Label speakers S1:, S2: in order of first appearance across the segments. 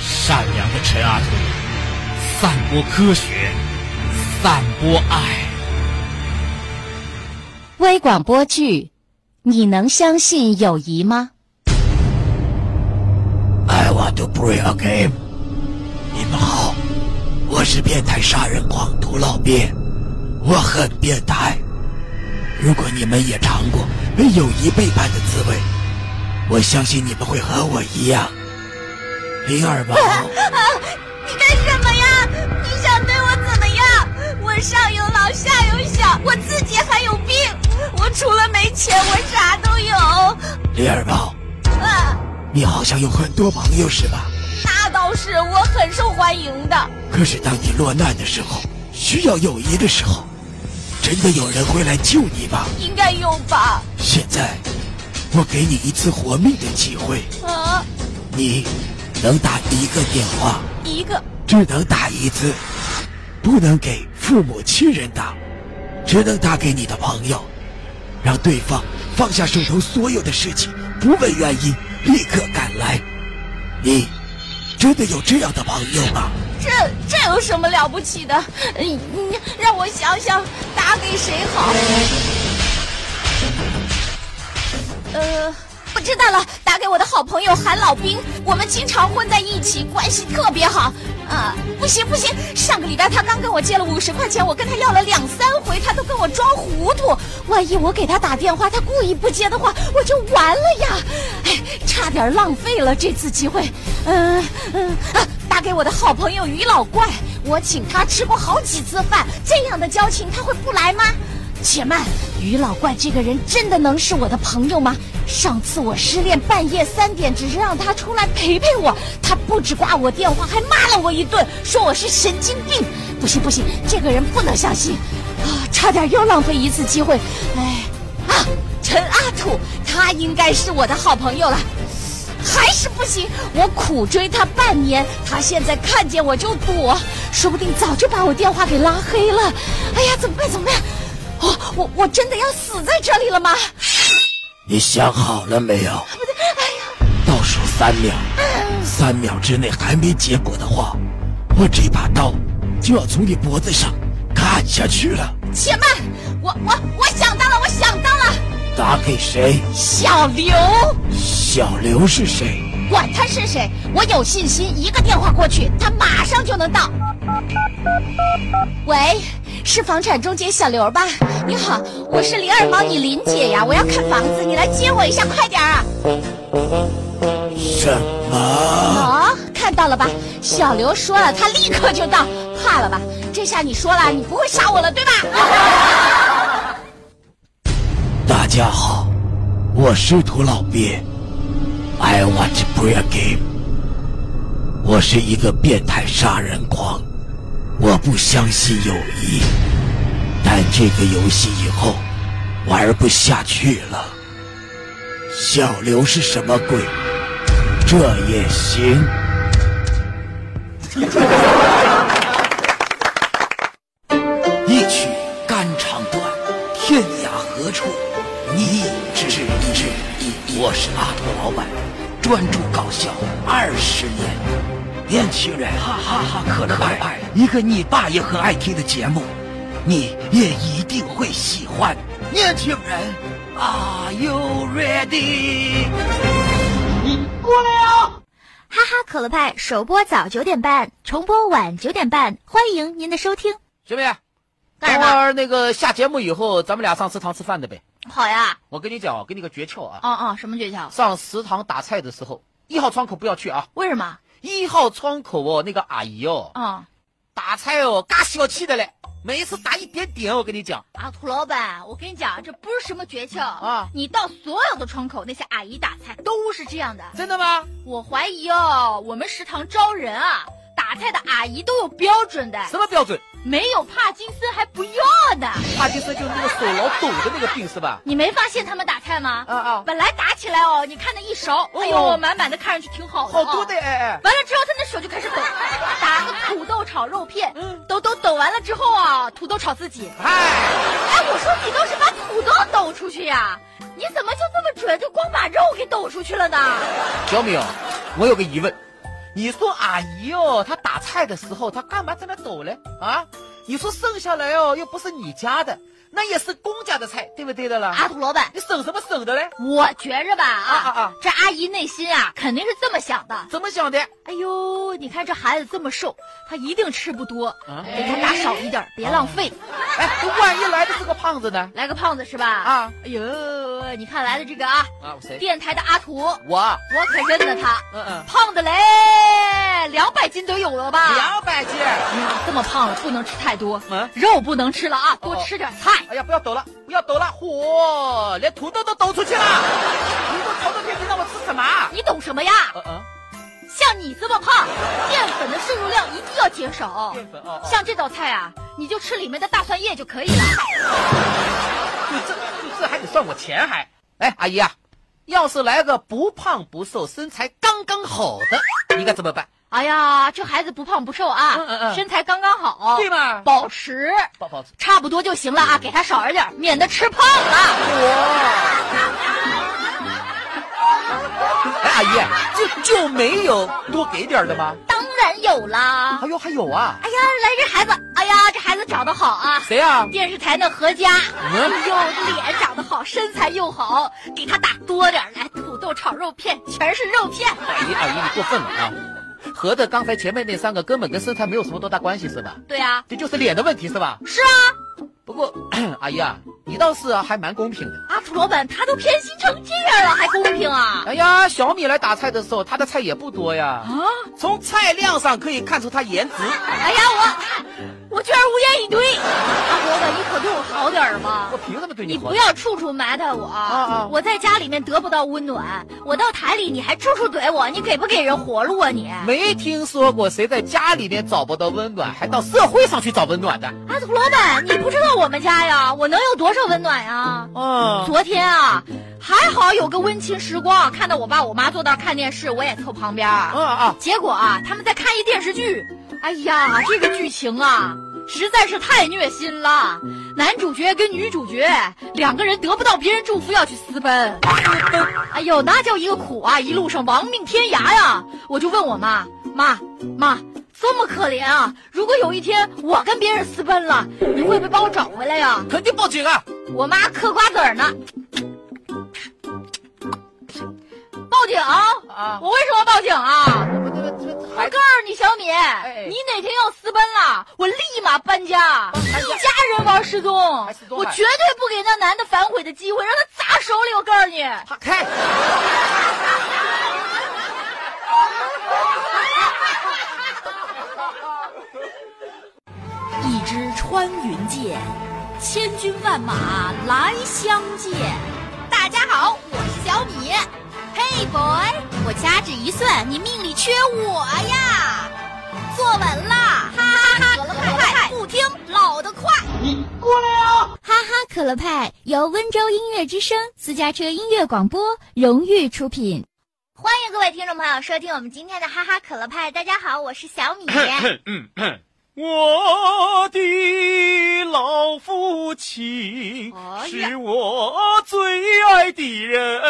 S1: 善良的陈阿土，散播科学，散播爱。
S2: 微广播剧《你能相信友谊吗》
S3: I want to play a game。你们好，我是变态杀人狂土老鳖，我很变态。如果你们也尝过被友谊背叛的滋味，我相信你们会和我一样。灵儿吧，
S4: 你干什么呀？你想对我怎么样？我上有老下有小，我自己还有病，我除了没钱，我啥都有。
S3: 灵儿吧，
S4: 啊，
S3: 你好像有很多朋友是吧？
S4: 那倒是，我很受欢迎的。
S3: 可是当你落难的时候，需要友谊的时候，真的有人会来救你吧？
S4: 应该有吧？
S3: 现在，我给你一次活命的机会，
S4: 啊，
S3: 你能打一个电话，
S4: 一个
S3: 只能打一次，不能给父母亲人打，只能打给你的朋友，让对方放下手头所有的事情，不问原因，立刻赶来。你真的有这样的朋友吗？
S4: 这这有什么了不起的？嗯，嗯让我想想，打给谁好？呃，我知道了，打给我的好朋友韩老兵，我们经常混在一起，关系特别好。啊，不行不行，上个礼拜他刚跟我借了五十块钱，我跟他要了两三回，他都跟我装糊涂。万一我给他打电话，他故意不接的话，我就完了呀！哎，差点浪费了这次机会。嗯、嗯啊，打给我的好朋友于老怪，我请他吃过好几次饭，这样的交情他会不来吗？且慢，于老怪这个人真的能是我的朋友吗？上次我失恋，半夜三点只是让他出来陪陪我，他不止挂我电话，还骂了我一顿，说我是神经病。不行不行，这个人不能相信，啊，差点又浪费一次机会。哎，啊，陈阿土，他应该是我的好朋友了。还是不行，我苦追他半年，他现在看见我就躲，说不定早就把我电话给拉黑了。哎呀，怎么办？怎么办？哦，我我真的要死在这里了吗？
S3: 你想好了没有？倒数三秒，三秒之内还没结果的话，我这把刀就要从你脖子上砍下去了。
S4: 且慢，我我我想到了，我想到了，
S3: 打给谁？
S4: 小刘，
S3: 小刘是谁？
S4: 管他是谁，我有信心，一个电话过去，他马上就能到。喂，是房产中介小刘吧？你好，我是林二毛，你林姐呀，我要看房子，你来接我一下，快点儿啊！
S3: 什么？
S4: 哦，看到了吧？小刘说了，他立刻就到，怕了吧？这下你说了，你不会杀我了，对吧？
S3: 大家好，我是土老鳖。I want to play a game。我是一个变态杀人狂，我不相信友谊，但这个游戏以后玩不下去了。小刘是什么鬼？这也行。一曲肝肠断，天涯何处你知之？我是阿土老板，专注搞笑二十年。年轻人，哈哈哈，可乐派，一个你爸也很爱听的节目，你也一定会喜欢。年轻人，Are you ready？
S5: 哈哈可乐派首播早九点半，重播晚九点半，欢迎您的收听。
S6: 学妹，
S5: 干什
S6: 等
S5: 么
S6: 会儿那个下节目以后，咱们俩上食堂吃饭的呗。
S5: 好呀，
S6: 我跟你讲啊，给你个诀窍啊，
S5: 哦哦，什么诀窍？
S6: 上食堂打菜的时候，一号窗口不要去啊。
S5: 为什么？
S6: 一号窗口哦，那个阿姨哦，
S5: 嗯，
S6: 打菜哦，嘎小气的嘞，每一次打一点点，我跟你讲，
S5: 阿啊土老板，我跟你讲，这不是什么诀窍
S6: 啊
S5: 你到所有的窗口，那些阿姨打菜都是这样的。
S6: 真的吗？
S5: 我怀疑哦，我们食堂招人啊，打菜的阿姨都有标准的，
S6: 什么标准？
S5: 没有帕金森还不要的。
S6: 帕金森就是那个手老抖的那个病是吧？
S5: 你没发现他们打菜吗？
S6: 啊
S4: 哦
S6: 啊
S5: 本来打起来哦，你看那一勺，哎呦，满满的，看上去挺好的、
S6: 好多的。哎哎，
S5: 完了之后，他那手就开始 抖，打个土豆炒肉片，
S6: 嗯
S5: 抖抖抖完了之后啊，土豆炒自己。
S6: 嗨，
S5: 哎，我说你倒是把土豆抖出去呀、你 怎么就这么准，就光把肉给抖出去了呢？
S6: 小敏，我有个疑问，你说阿姨哦，她打菜的时候，她干嘛在那抖嘞？啊，你说剩下来哦，又不是你家的，那也是公家的菜，对不对的啦？
S4: 阿土老板，
S6: 你省什么省的嘞？
S4: 我觉着吧啊
S6: 啊啊啊
S4: 这阿姨内心啊肯定是这么想的。
S6: 怎么想的？
S4: 哎呦，你看这孩子这么瘦，他一定吃不多，
S6: 啊
S4: 给他打少一点，别浪费。
S6: 哎，万一来的是个胖子呢？
S4: 来个胖子是吧？
S6: 啊，
S4: 哎呦，你看来的这个啊，
S6: 啊，我谁？
S4: 电台的阿土，我
S6: 我，
S4: 可认得他，
S6: 嗯嗯，
S4: 胖的嘞，两百斤都有了吧？
S6: 两百斤。
S4: 哎呀，这么胖了不能吃太多，
S6: 嗯
S4: 肉不能吃了啊，多吃点菜。
S6: 哎呀，不要抖了，不要抖了，嚯，连土豆都抖出去了！你给我炒豆片，你让我吃什么？
S4: 你懂什么呀？
S6: 嗯嗯，
S4: 像你这么胖，淀粉的摄入量一定要减少。
S6: 淀粉哦哦
S4: 像这道菜啊，你就吃里面的大蒜叶就可以了。
S6: 嗯就这就这还得算我钱还？哎，阿姨啊，要是来个不胖不瘦、身材刚刚好的，你该怎么办？
S4: 哎呀，这孩子不胖不瘦啊，
S6: 嗯嗯嗯
S4: 身材刚刚好，
S6: 对嘛
S4: 保持，
S6: 宝宝，
S4: 差不多就行了啊，给他少一点，免得吃胖了。
S6: 哎，阿姨，就就没有多给点儿的吗？
S4: 当然有啦。
S6: 哎呦，还有啊，
S4: 哎呀，来这孩子，哎呀，这孩子长得好啊。
S6: 谁呀、啊？
S4: 电视台那何佳，哎
S6: 嗯
S4: 呦，脸长得好，身材又好，给他打多点儿来，土豆炒肉片，全是肉片。
S6: 阿姨，阿姨，你过分了啊！合着刚才前面那三个根本跟身材没有什么多大关系是吧？
S4: 对啊，
S6: 这就是脸的问题是吧？
S4: 是啊，
S6: 不过 阿姨啊，你倒是啊还蛮公平的。
S4: 阿土老板他都偏心成这样了，还公平啊？
S6: 哎呀，小米来打菜的时候，他的菜也不多呀。
S4: 啊，
S6: 从菜量上可以看出他颜值。
S4: 哎呀，我我居然无言以对。阿土老板，你可对我好点儿吗
S6: 我？凭什么对
S4: 你
S6: 好
S4: 不？要处处埋汰我，
S6: 啊
S4: 我在家里面得不到温暖，我到台里你还处处怼我，你给不给人活路啊你？
S6: 没听说过谁在家里面找不到温暖，还到社会上去找温暖的。
S4: 阿土老板，你不知道我们家呀，我能有多少温暖呀？
S6: 啊，
S4: 昨天啊，还好有个温情时光，看到我爸我妈坐那儿看电视，我也凑旁边儿。
S6: 啊啊！
S4: 结果啊，他们在看一电视剧，哎呀，这个剧情啊，实在是太虐心了。男主角跟女主角两个人得不到别人祝福，要去私奔，哎呦，那叫一个苦啊！一路上亡命天涯呀。我就问我妈，妈妈。这么可怜啊！如果有一天我跟别人私奔了，你会不会帮我找回来呀、
S6: 肯定报警啊！
S4: 我妈嗑瓜子儿呢。报警啊！
S6: 啊
S4: 我为什么报警啊？我告诉你，小米，
S6: 哎
S4: 你哪天要私奔了，我立马搬家，一家人玩失踪，
S6: 还失踪
S4: 我
S6: 还
S4: 绝对不给那男的反悔的机会，让他砸手里。我告诉你，
S6: 他开。
S2: 一支穿云箭，千军万马来相见。
S7: 大家好，我是小米。Hey boy，我掐指一算，你命里缺我呀！坐稳啦，哈哈，可乐派不听老的快。
S2: 哈哈可乐派由温州音乐之声私家车音乐广播荣誉出品。
S7: 欢迎各位听众朋友收听我们今天的哈哈可乐派。大家好，我是小米。
S1: 我的老父亲
S4: 哎呀
S1: 是我最爱的人。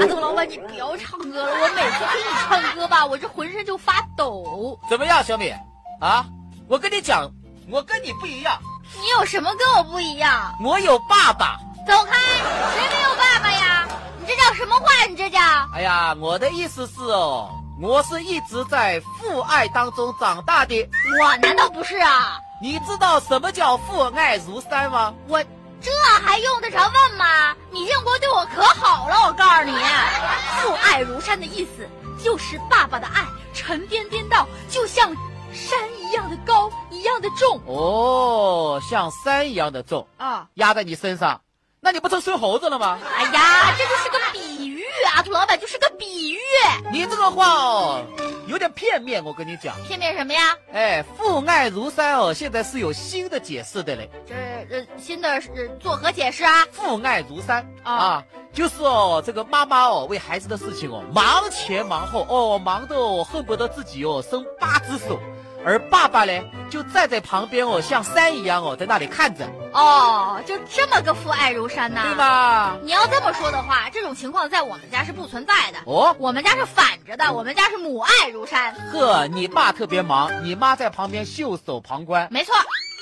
S4: 阿东老板，你不要唱歌了，我每次听你唱歌吧，我这浑身就发抖。
S6: 怎么样，小米？啊，我跟你讲，我跟你不一样，
S4: 你有什么跟我不一样？
S6: 我有爸爸。
S4: 走开！谁没有爸爸呀？你这叫什么话？你这叫……
S6: 哎呀，我的意思是哦，我是一直在父爱当中长大的。
S4: 我难道不是啊？
S6: 你知道什么叫父爱如山吗？
S4: 我这还用得着问吗？你建国对我可好了，我告诉你，父爱如山的意思就是爸爸的爱沉甸甸到就像山一样的高，一样的重
S6: 哦，像山一样的重，
S4: 啊！
S6: 压在你身上，那你不成孙猴子了吗？
S4: 哎呀，这就是个比喻啊，杜老板就是个比喻，
S6: 你这个话哦，有点片面，我跟你讲。
S4: 片面什么呀？
S6: 哎，父爱如山哦，现在是有新的解释的嘞。
S4: 这呃新的呃作何解释啊？
S6: 父爱如山、
S4: 啊
S6: 啊，就是哦，这个妈妈哦，为孩子的事情哦，忙前忙后哦，忙的哦，恨不得自己哦生八只手，而爸爸嘞就站在旁边哦，像山一样哦，在那里看着，
S4: 哦，就这么个父爱如山呐、
S6: 对吗？
S4: 你要这么说的话，这种情况在我们家是不存在的。
S6: 哦，
S4: 我们家是反着的，我们家是母爱如山。
S6: 呵，你爸特别忙，你妈在旁边袖手旁观。
S4: 没错，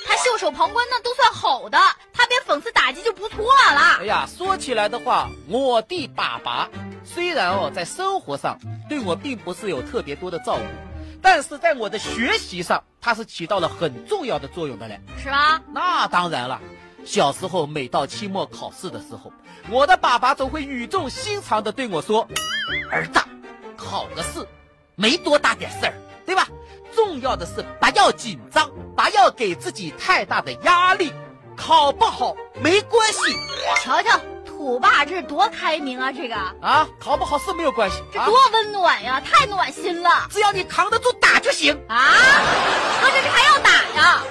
S4: 他袖手旁观那都算吼的，他别讽刺打击就不错
S6: 哎
S4: 了。
S6: 呀，说起来的话，我的爸爸虽然哦在生活上对我并不是有特别多的照顾，但是在我的学习上，他是起到了很重要的作用的嘞。
S4: 是吧？
S6: 那当然了，小时候每到期末考试的时候，我的爸爸总会语重心长地对我说：“儿子，考个试，没多大点事儿，对吧？重要的是不要紧张，不要给自己太大的压力，考不好没关系
S4: 瞧瞧，土爸这是多开明啊！这个
S6: 啊，考不好是没有关系
S4: 这
S6: 啊，
S4: 多温暖呀、太暖心了
S6: 只要你扛得住打就行。
S4: 啊！合着这还要打呀？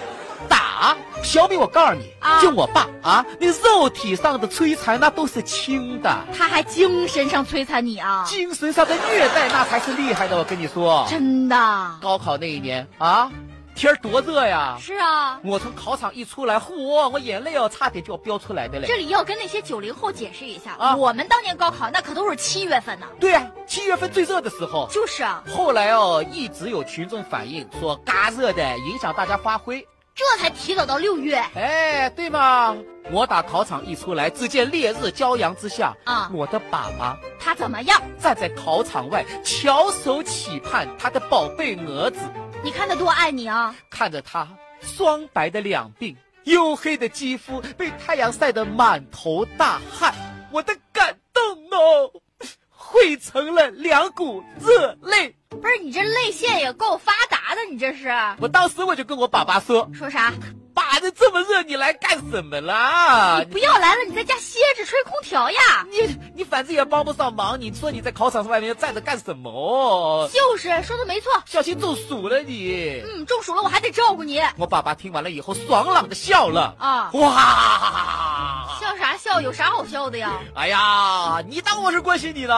S6: 打小米，我告诉你，
S4: 啊
S6: 就我爸啊，那肉体上的摧残那都是轻的。”
S4: 他还精神上摧残你啊！
S6: 精神上的虐待那才是厉害的，我跟你说。
S4: 真的
S6: 高考那一年啊，天儿多热呀！
S4: 是啊。
S6: 我从考场一出来，嚯，我眼泪哦，差点就要飙出来的
S4: 这
S6: 嘞。
S4: 里要跟那些九零后解释一下，
S6: 啊
S4: 我们当年高考那可都是七月份呢。
S6: 对啊，七月份最热的时候。
S4: 就是啊，
S6: 后来哦，一直有群众反映说，嘎热的影响大家发挥。
S4: 这才提早到六月。
S6: 哎，对嘛，我打考场一出来，只见烈日骄阳之下，
S4: 啊
S6: 我的爸爸
S4: 他怎么样？
S6: 站在考场外，翘首企盼他的宝贝儿子。
S4: 你看他多爱你啊！
S6: 看着他双白的两鬓，黝黑的肌肤被太阳晒得满头大汗，我的感动哦， 汇成了两股热泪。
S4: 不是你这泪腺也够发达的，你这是
S6: 我当时我就跟我爸爸说
S4: 说啥？：“
S6: 爸，这这么热，你来干什么啦？
S4: 不要来了，你在家歇着吹空调呀！
S6: 你你反正也帮不上忙，你说你在考场上外面站着干什么？
S4: 就是说的没错，
S6: 小心中暑了你。”
S4: 嗯，中暑了我还得照顾你。
S6: 我爸爸听完了以后，爽朗的笑了
S4: 啊
S6: 哇！
S4: 笑啥笑？有啥好笑的呀？
S6: 哎呀，你当我是关心你呢？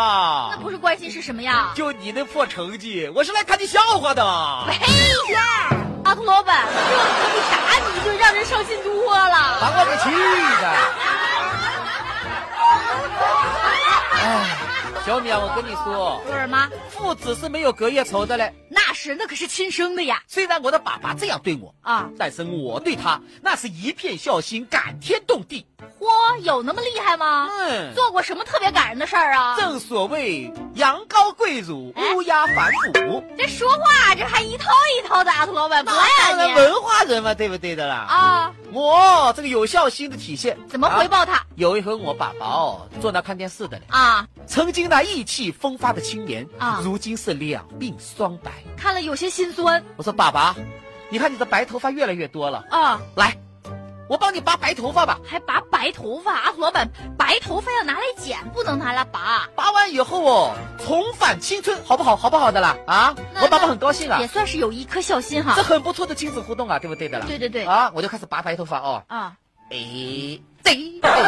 S4: 那不是关心是什么呀？
S6: 啊就啊你那破成绩，我是来看你笑话的。
S4: 呸呀！阿兔老板，这可比打你就让人伤心多了。
S6: 把我给气的。哎，小米啊，我跟你说，
S4: 多少妈？
S6: 父子是没有隔夜仇的嘞。
S4: 那是那可是亲生的呀！
S6: 虽然我的爸爸这样对我，
S4: 啊，
S6: 但是我对他那是一片孝心，感天动地。
S4: 嚯，有那么厉害吗？
S6: 嗯，
S4: 做过什么特别感人的事儿啊？
S6: 正所谓羊羔跪乳，
S4: 哎
S6: 乌鸦反哺。
S4: 这说话这还一套一套的，阿兔老板不
S6: 当
S4: 爱
S6: 然
S4: 你
S6: 文化人嘛，对不对的啦？
S4: 啊？
S6: 我这个有孝心的体现，
S4: 怎么回
S6: 啊
S4: 报他
S6: 有一回我爸爸哦，坐那看电视的嘞。
S4: 啊？
S6: 曾经那意气风发的青年
S4: 啊
S6: 如今是两鬓霜白。
S4: 看了有些心酸
S6: 我说爸爸，你看你的白头发越来越多了，
S4: 啊，
S6: 来，我帮你拔白头发吧。
S4: 还拔白头发。阿土老板，白头发要拿来剪，不能拿来拔，
S6: 拔完以后哦，重返青春，好不好？好不好的啦？啊，
S4: 那
S6: 我爸爸很高兴啊
S4: 也，算是有一颗孝心哈
S6: 这。很不错的亲子互动啊，对不对的啦？
S4: 对对对
S6: 啊，我就开始拔白头发哦，
S4: 啊，
S6: 哎，这哎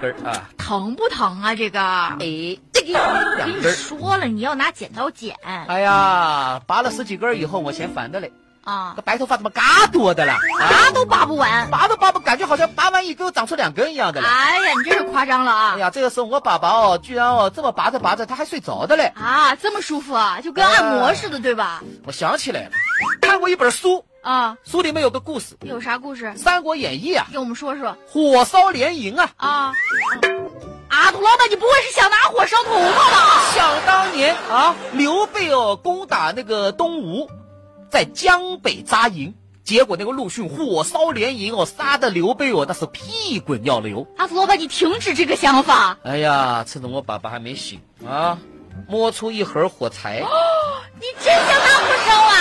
S6: 根儿啊，
S4: 疼不疼啊？这个，
S6: 哎，这
S4: 跟
S6: 两
S4: 你
S6: 根儿。
S4: 说了，你要拿剪刀剪
S6: 哎呀，拔了十几根儿以后，我嫌烦的嘞，
S4: 啊
S6: 那，白头发怎么嘎多的啦？啊，
S4: 拔都拔不完。
S6: 拔都拔不，感觉好像拔完一根又长出两根一样的嘞。
S4: 哎呀，你真是夸张了
S6: 哎
S4: 啊！
S6: 呀，这个时候我爸爸哦，居然哦这么拔着拔着，他还睡着的嘞。
S4: 啊，这么舒服啊，就跟按摩似的，对吧？
S6: 我想起来了，看过一本书，
S4: 啊，
S6: 书里面有个故事，
S4: 有啥故事
S6: 《三国演义》啊，
S4: 给我们说说
S6: 火烧连营啊。
S4: 啊？阿土老板，你不会是想拿火烧头发吧？
S6: 想当年啊，刘备哦攻打那个东吴，在江北扎营，结果那个陆逊火烧连营哦，杀的刘备哦那是屁滚尿流。
S4: 阿土老板，你停止这个想法。
S6: 哎呀，趁着我爸爸还没醒啊，摸出一盒火柴，
S4: 你真想拿火烧啊？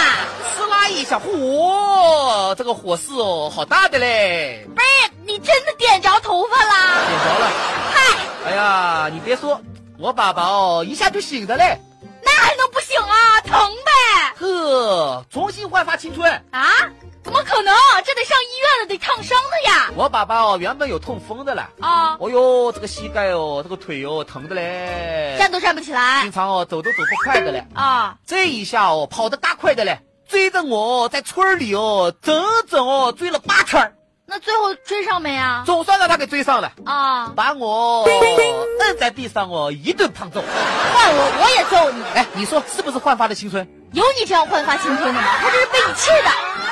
S6: 撕拉一下，嚯，这个火势哦，好大的嘞，
S4: 不是，你真的点着头发啦？
S6: 点着了。
S4: 嗨，
S6: 哎呀，你别说，我爸爸哦一下就醒的嘞，
S4: 那还能不行啊？疼呗！
S6: 呵，重新焕发青春。
S4: 啊？怎么可能？这得上医院了，得烫伤的呀！
S6: 我爸爸哦原本有痛风的了，
S4: 啊，
S6: 哦哟，这个膝盖哦，这个腿哦疼的嘞，
S4: 站都站不起来
S6: 经常哦走都走不快的嘞，
S4: 啊！
S6: 这一下哦跑得大快的嘞，追着我哦，在村里哦，整整哦追了八圈儿，
S4: 那最后追上没啊？
S6: 总算让他给追上了，
S4: 啊，
S6: 把我摁在地上哦，一顿胖揍。
S4: 换我我也揍你！
S6: 哎，你说是不是焕发了青春？
S4: 有你这样焕发青春的吗？他这是被你气的。